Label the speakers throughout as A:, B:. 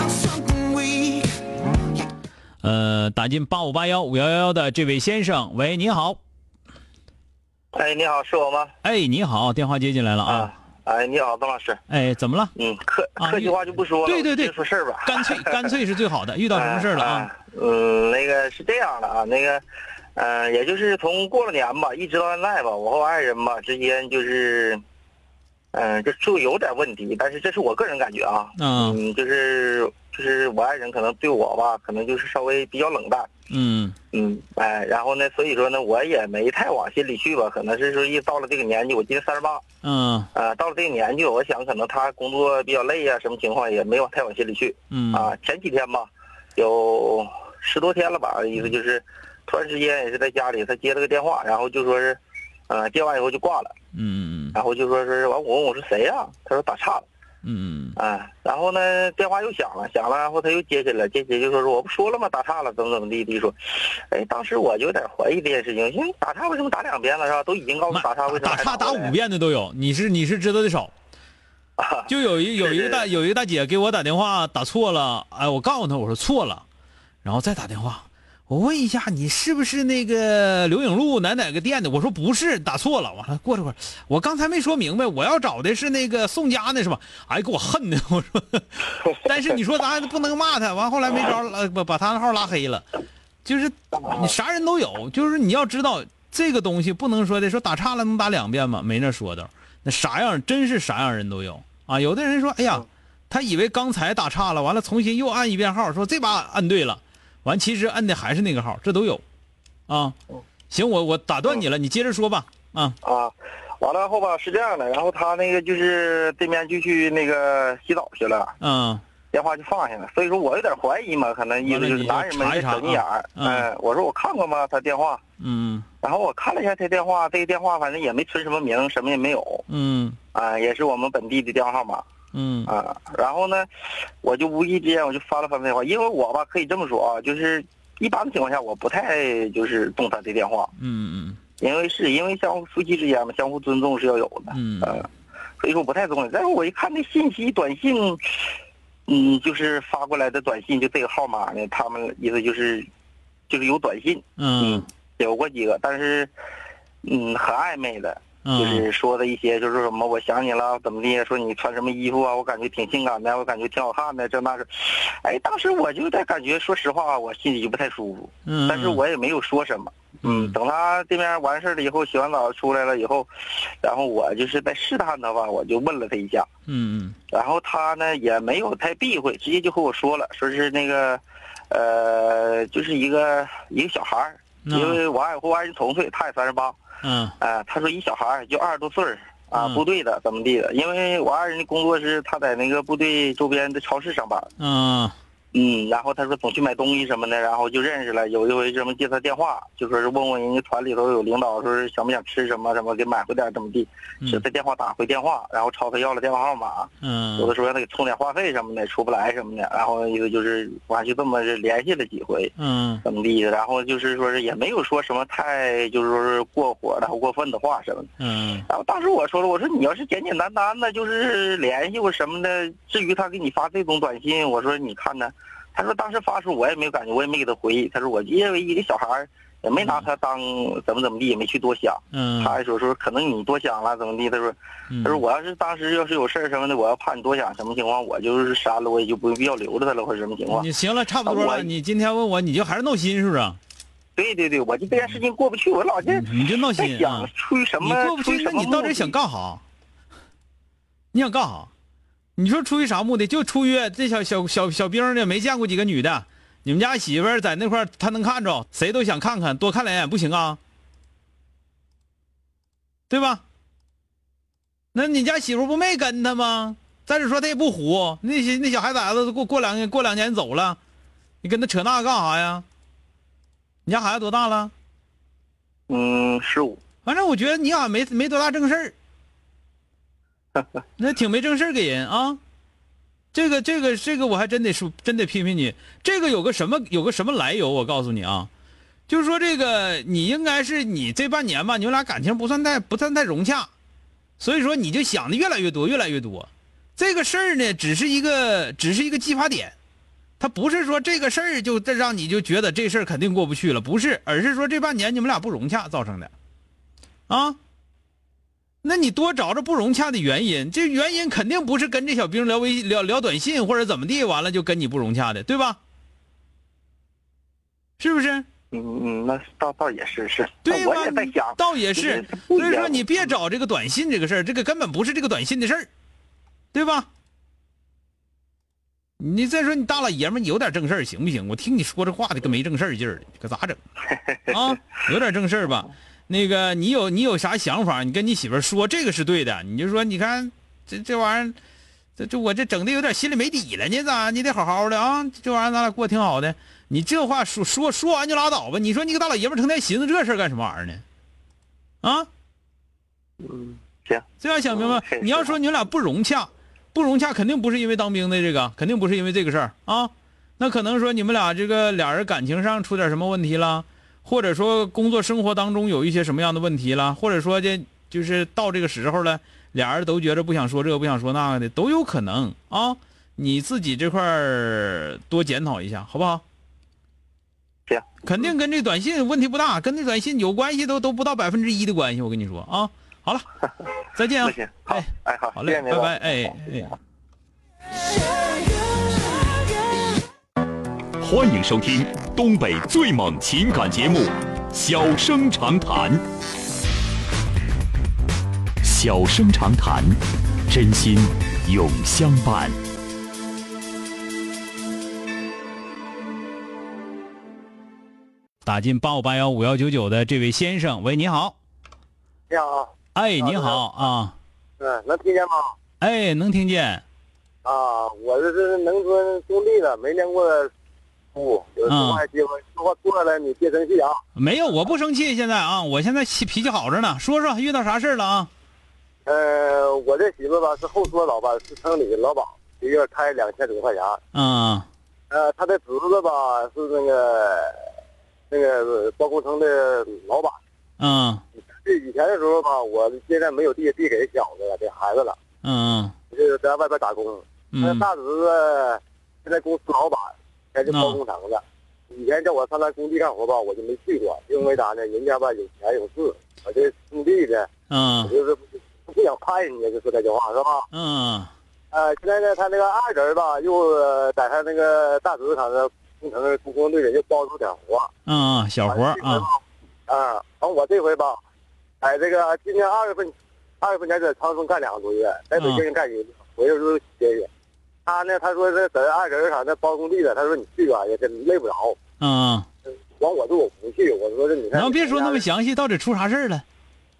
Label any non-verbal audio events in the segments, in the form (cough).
A: I'm something weak.
B: 呃，打进八五八幺五幺幺幺的这位先生，喂，你好，
C: 哎，你好，是我吗？
B: 哎，你好，电话接进来了
C: 啊，，哎，你好，邓老师。
B: 哎，怎么了？
C: 嗯，客
B: 啊
C: 客气话就不说了，
B: 对对对
C: 直接说事儿吧。
B: 干脆干脆是最好的，遇到什么事儿了啊？
C: 哎？哎嗯，那个是这样的啊，那个，呃，也就是从过了年吧，一直到现在吧，我和我爱人吧之间就是，嗯、就就有点问题，但是这是我个人感觉啊，
B: 嗯
C: 嗯，就是就是我爱人可能对我吧，可能就是稍微比较冷淡，
B: 嗯
C: 嗯，哎，然后呢，所以说呢，我也没太往心里去吧，可能是说一到了这个年纪，我今年三十八，
B: 嗯
C: 呃，到了这个年纪，我想可能他工作比较累呀、什么情况也没往太往心里去
B: 嗯
C: 啊。前几天吧，有十多天了吧，意思就是，突然之间也是在家里，他接了个电话，然后就说是，呃，接完以后就挂了，
B: 嗯嗯
C: 然后就说是完，我问我说谁呀、他说打岔了，
B: 嗯
C: 啊，然后呢，电话又响了，响了，然后他又接起来，接起来就说是我不说了吗？打岔了，怎么怎么地地说，哎，当时我就有点怀疑这件事情，因为打岔为什么打两遍了是吧？都已经告诉
B: 妈
C: 打岔为什
B: 打
C: 么还
B: 岔打
C: 回来
B: 五遍的都有，你是你是知道的少。
C: 啊
B: 就有一有一个大有一个大姐给我打电话打错了，哎，我告诉她我说错了，然后再打电话，我问一下你是不是那个刘影路哪哪个店的？我说不是，打错了。完了过了会儿，我刚才没说明白，我要找的是那个宋家那是吧？哎，给我恨的，我说， (laughs) 但是你说咱不能骂他，完后来没招了，把把他的号拉黑了。就是你啥人都有，就是你要知道这个东西不能说的说打岔了能打两遍吗？没那说道，那啥样真是啥样人都有啊。有的人说，哎
C: 嗯
B: 呀，他以为刚才打岔了，完了重新又按一遍号，说这把按对了，完其实按的还是那个号，这都有啊。
C: 嗯
B: 行，我我打断你了，你接着说吧啊。
C: 啊，完了后吧是这样的，然后他那个就是对面就去那个洗澡去了，
B: 嗯
C: 电话就放下了，所以说我有点怀疑嘛，可能意思就是男人们得整一眼儿，
B: 完了你就查一查啊
C: 嗯，我说我看看吧他电话，
B: 嗯
C: 然后我看了一下他电话，这个电话反正也没存什么名，什么也没有，
B: 嗯
C: 啊，也是我们本地的电话号码
B: 嗯
C: 啊，然后呢，我就无意之间我就翻了翻他电话，因为我吧可以这么说啊，就是一般的情况下我不太就是动他的电话，
B: 嗯
C: 因为是因为相互夫妻之间嘛，相互尊重是要有的，
B: 嗯嗯
C: 呃，所以说不太懂。但是我一看那信息短信，嗯，就是发过来的短信，就这个号码呢，他们意思就是就是有短信，
B: 嗯，
C: 有过几个，但是嗯，很暧昧的，就
B: 嗯
C: 是说的一些就是什么我想你了怎么地，啊说你穿什么衣服啊，我感觉挺性感的，我感觉挺好看的，这那是，哎，当时我就在感觉，说实话，我心里就不太舒服。
B: 嗯，
C: 但是我也没有说什么。
B: 嗯
C: 嗯，等他这边完事儿了以后，洗完澡出来了以后，然后我就是在试探他吧，我就问了他一下，
B: 嗯
C: 然后他呢也没有太避讳，直接就和我说了，说是那个，呃，就是一个一个小孩儿，
B: 嗯
C: 因为我爱我爱人同岁，他也三十八，
B: 嗯
C: 啊，他说一小孩儿就二十多岁儿啊，
B: 嗯
C: 部队的怎么地的，因为我爱人的工作是他在那个部队周边的超市上班，
B: 嗯
C: 嗯，然后他说总去买东西什么的，然后就认识了。有一回什么借他电话，就说是问问人家团里头有领导，说是想不想吃什么什么，给买回点怎么地。
B: 嗯
C: 是他电话打回电话，然后朝他要了电话号码，有
B: 嗯
C: 的时候让他给充点话费什么的，出不来什么的。然后一个就是完就这么是联系了几回，
B: 嗯
C: 怎么地的。然后就是说是也没有说什么太就是说是过火然后过分的话什么的。
B: 嗯
C: 然后当时我说了，我说你要是简简单单的，就是联系我什么的，至于他给你发这种短信，我说你看呢，他说当时发出我也没有感觉，我也没给他回。他说我因为一个小孩儿
D: 也没拿他当怎么怎么地，也没去多想。
B: 嗯
D: 他还说说可能你多想了怎么地，他说
B: 嗯
D: 他说我要是当时要是有事儿什么的，我要怕你多想什么情况，我就是删了，我也就不必要留着他了或者什么情况。
B: 你行了，差不多
D: 我
B: 了。你今天问我，你就还是闹心是不是？
D: 对对对，我就这件事情过不去，我老这
B: 你就闹
D: 在
B: 心
D: 想
B: 啊！
D: 出于什
B: 你
D: 么，
B: 过不
D: 出于
B: 去，那
D: 什么
B: 你到底
D: 目
B: 想
D: 的
B: 干啥？你想干啥？你说出于啥目的？就出于这小小小小兵的没见过几个女的，你们家媳妇儿在那块儿，她能看着，谁都想看看，多看两眼不行啊？对吧？那你家媳妇儿不没跟他吗？再者说他也不虎，那些那小孩崽子都过过两年过两年走了，你跟他扯那干啥呀？你家孩子多大了？
D: 嗯，十五，
B: 反正我觉得你俩没没多大正事儿，那挺没正事儿给人啊。这个这个这个我还真得说，真得批评你。这个有个什么有个什么来由？我告诉你啊，就是说这个你应该是你这半年吧，你们俩感情不算太不算太融洽，所以说你就想的越来越多，越来越多。这个事儿呢，只是一个只是一个激发点，他不是说这个事儿就让你就觉得这事儿肯定过不去了，不是，而是说这半年你们俩不融洽造成的。啊，那你多找找不融洽的原因，这原因肯定不是跟这小兵聊微聊聊短信或者怎么地，完了就跟你不融洽的，对吧？是不是？
D: 嗯嗯，那倒倒也是是，
B: 对
D: 我
B: 吧
D: 也在想？，
B: 倒也是
D: 这个，不一
B: 所
D: 样
B: 以说你别找这个短信这个事儿，这个根本不是这个短信的事儿，对吧？你再说你大老爷们儿，你有点正事儿行不行？我听你说这话的跟没正事儿劲儿的，可咋
D: (laughs)
B: 整啊？有点正事儿吧？那个你有你有啥想法？你跟你媳妇儿说，这个是对的。你就说你看这这玩意儿，这这我这整的有点心里没底了呢，咋？你得好好的啊，这玩意儿咱俩过挺好的。你这话说说说完就拉倒吧。你说你个大老爷们儿成天寻思这事儿干什么玩意儿呢？啊，
D: 行，
B: 这要想明白
D: 嗯是，
B: 你要说你们俩不融洽，不融洽肯定不是因为当兵的这个，肯定不是因为这个事儿啊。那可能说你们俩这个俩人感情上出点什么问题了，或者说工作生活当中有一些什么样的问题了，或者说这就是到这个时候了，俩人都觉着不想说这个不想说那个的都有可能啊。你自己这块儿多检讨一下，好不好？
D: 行，
B: 肯定跟这短信问题不大，跟这短信有关系都都不到百分之一的关系，我跟你说啊。好了，再
D: (laughs)
B: 见啊
D: 那！行，好
B: 哎，，
D: 哎好，
B: 好
D: 谢
B: 嘞，
D: 谢您
B: 拜
D: 了
B: 拜，哎
D: 好谢谢
B: 哎
D: 啊。
E: 欢迎收听东北最猛情感节目《小生长谈》。小生长谈，真心永相伴。
B: 打进八五八幺五幺九九的这位先生，喂，你好，
D: 你好，
B: 哎，你好啊，
D: 嗯，能听见吗？
B: 哎，能听见，
D: 啊，我这是农村种地的，没见过猪，有
B: 嗯
D: 说话机会，说话错了你别生气啊。
B: 没有，我不生气，现在啊，我现在气脾气好着呢，说说遇到啥事儿了啊？
D: 呃，我这媳妇吧是后桌老板，是城里老板，一个月开两千多块钱。
B: 嗯
D: 呃，他的侄子吧是那个那个包工程的老板。
B: 嗯
D: 这以前的时候吧，我现在没有地，地给小子了，给孩子了，
B: 嗯
D: 就是在外边打工。那
B: 嗯
D: 大侄子现在公司老板，现在是包工程的。以前叫我上他工地干活吧，我就没去过，因为啥呢？人家吧有钱有势，我这种地的，我
B: 嗯
D: 就是不不想怕人家，就说这句话是吧？
B: 嗯
D: 呃，现在呢，他那个二侄儿吧，又呃在他那个大侄子厂子工程的工工队里又包出点活儿。
B: 嗯，小活儿啊，
D: 啊，完、我这回吧，在这个今年二月份，二月份才在长春干两个多月，在
B: 嗯
D: 北京干一个月，回来时候歇歇。他呢，他说是在二人啥那包工地的，他说你去吧，也真累不着。
B: 嗯，
D: 完我说我不去，我说是你看。
B: 然后别说那么详细，到底出啥事儿了？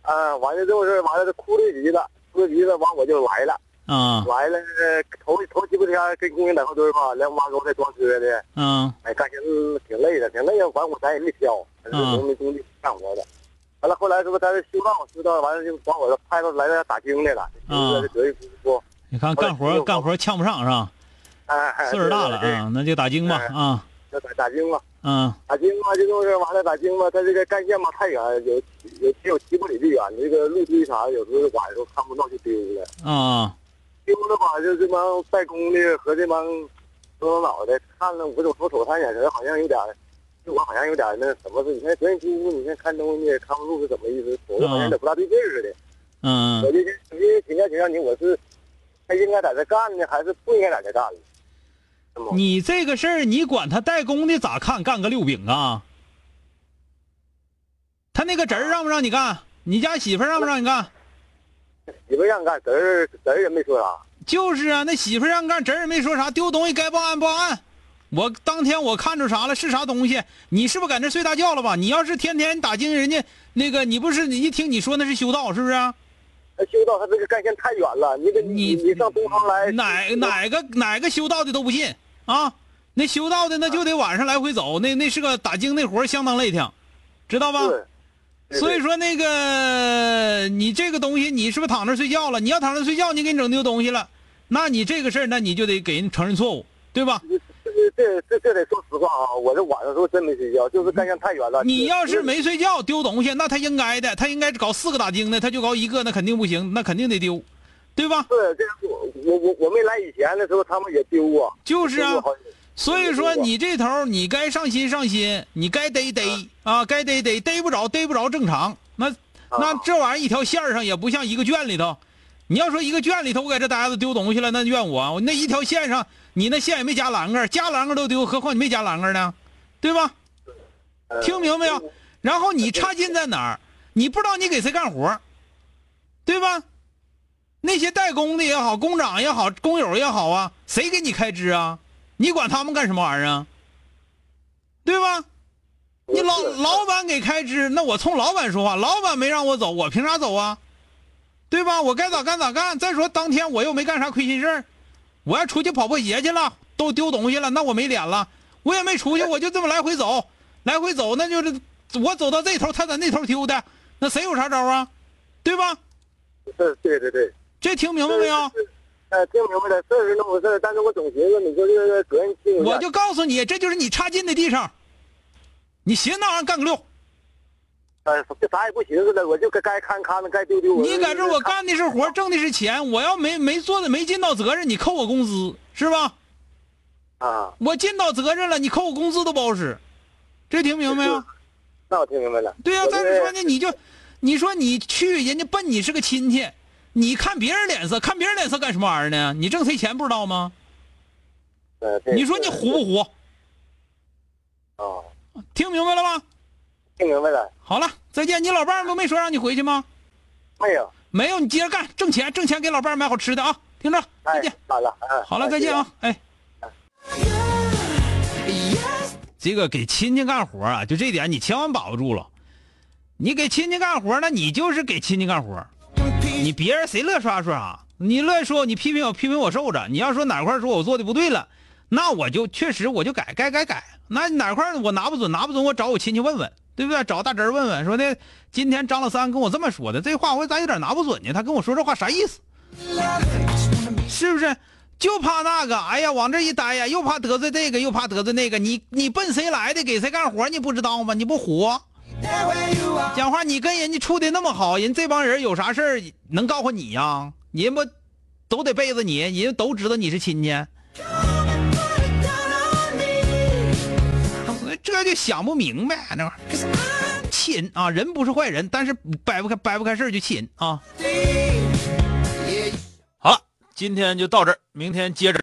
D: 啊，完了之后是完了，哭了急了，哭了急了，完我就来了，
B: 啊
D: 来了头头七八天跟工人在后堆吧，连挖沟带装车的，
B: 嗯
D: 哎，干些事挺累的，挺累的。完我咱也没
B: 啊
D: 挑，反正农民工地干活的。完了后来是不是咱这修道，修道完了就把我这派到来这打听来了，
B: 啊
D: 就是这德育不，
B: 你看干活干活呛不上是吧？
D: 哎，
B: 岁数大了
D: 对，哎
B: 啊，那就打精吧啊
D: 对对对要打打经嘛，
B: 嗯
D: 打经嘛，这就是完了打经嘛，他这个干线嘛太远，有有有七八里地远，这个路基啥的有时候晚上看不到就丢了。
B: 啊
D: 丢了吧，就这帮代工的和这帮头脑脑袋看了我瞅瞅瞅他眼神，好像有点儿我好像有点那什么似的。你看昨天几乎你看看东西看不住是怎么意思？我好像有点不大对劲儿似的。
B: 嗯
D: 我，就我就请教请教你，我是他应该在这干呢，还是不应该在这干呢？是吗
B: 你这个事儿，你管他代工的咋看？干个六饼啊？他那个侄儿让不让你干？你家媳妇儿让不让你干？
D: 媳妇让干，侄儿侄儿也没说啥。
B: 就是啊，那媳妇儿让干，侄儿也没说啥，丢东西该报案报案。我当天我看着啥了，是啥东西？你是不是在那睡大觉了吧？你要是天天打听人家那个，你不是你一听你说那是修道是不是啊、
D: 那修道他这个干线太远了，你得
B: 你
D: 你上东航来
B: 哪哪个哪个修道的都不信啊？那修道的那就得晚上来回走，那那是个打经那活儿相当累挺，知道吧？
D: 对，对
B: 所以说那个你这个东西，你是不是躺那儿睡觉了？你要躺那儿睡觉，你给你整丢东西了，那你这个事儿，那你就得给人承认错误，对吧？
D: 这个这这这得说实话啊，我这晚上时候真没睡觉，就是干线太远了。
B: 你要是
D: 就是
B: 没睡觉丢东西，那他应该的，他应该搞四个打更的，他就搞一个，那肯定不行，那肯定得丢，对吧？
D: 是这样，我我我我没来以前的时候，他们也丢过。
B: 就是啊
D: 丢过好几
B: 所以说你这头儿你该上心上心，你该逮逮啊，该逮逮逮不着逮不着正常。那那这玩意儿一条线儿上也不像一个圈里头，你要说一个圈里头我在这呆着丢东西了，那怨我啊！我那一条线上你那线也没加栏杆儿，加栏杆儿都丢，何况你没加栏杆儿呢，对吧？
D: 呃
B: 听明白没啊有？然后你差劲在哪儿？你不知道你给谁干活儿，对吧？那些代工的也好，工长也好，工友也好啊，谁给你开支啊？你管他们干什么玩意儿啊？对吧？你老
D: 是
B: 老板给开支，那我冲老板说话，老板没让我走，我凭啥走啊？对吧？我该咋干咋干。再说当天我又没干啥亏心事儿，我要出去跑破鞋去了，都丢东西了，那我没脸了。我也没出去，我就这么来回走，来回走，那就是我走到这头，他在那头丢的，那谁有啥招啊？对吧？
D: 是对对对，
B: 这听明白没有？
D: 是？是呃，听明白了，事儿是那么回事儿，但是我总寻思你说这个责任心有点
B: 我就告诉你，这就是你差劲的地方。你寻思那玩意儿干个六，
D: 呃，这啥也不寻思了，我就该该看看了，该丢丢。
B: 你搁这儿我干的是活儿，
D: 正
B: 挣的是钱，我要没没做的没尽到责任，你扣我工资是吧？
D: 啊，
B: 我尽到责任了，你扣我工资都不好使，这听明白没有？
D: 那我听明白了。
B: 对呀、
D: 我
B: 再
D: 这
B: 说呢，你就，你说你去人家奔你是个亲戚，你看别人脸色，看别人脸色干什么玩意儿呢？你挣谁钱不知道吗？
D: 呃对
B: 你说你糊不糊？
D: 啊？
B: 听明白了吧？
D: 听明白了
B: 好了，再见。你老伴儿都没说让你回去吗？
D: 没有？
B: 没有，你接着干，挣钱，挣钱给老伴儿买好吃的啊！听着，再
D: 哎
B: 见。，
D: 好了，哎
B: 好了，再见！啊！哎，这个给亲戚干活啊，就这点你千万把握住了。你给亲戚干活，那你就是给亲戚干活。你别人谁乐刷说啥，你乐说你批评我批评我受着，你要说哪块儿说我做的不对了，那我就确实我就改改改改。那哪块儿我拿不准拿不准，我找我亲戚问问，对不对？找大侄儿问问，说的今天张老三跟我这么说的，这话我咋有点拿不准呢？他跟我说这话啥意思？是不是？就怕那个，哎呀，往这一待呀，又怕得罪这个，又怕得罪那个。你你奔谁来的？给谁干活？你不知道吗？你不活？讲话你跟人家处的那么好，人这帮人有啥事儿能告诉你呀、人不都得背着你，人家都知道你是亲戚，这就想不明白那玩意儿，气人啊！人不是坏人，但是掰不开掰不开事儿就气人啊。好了，今天就到这儿，明天接着。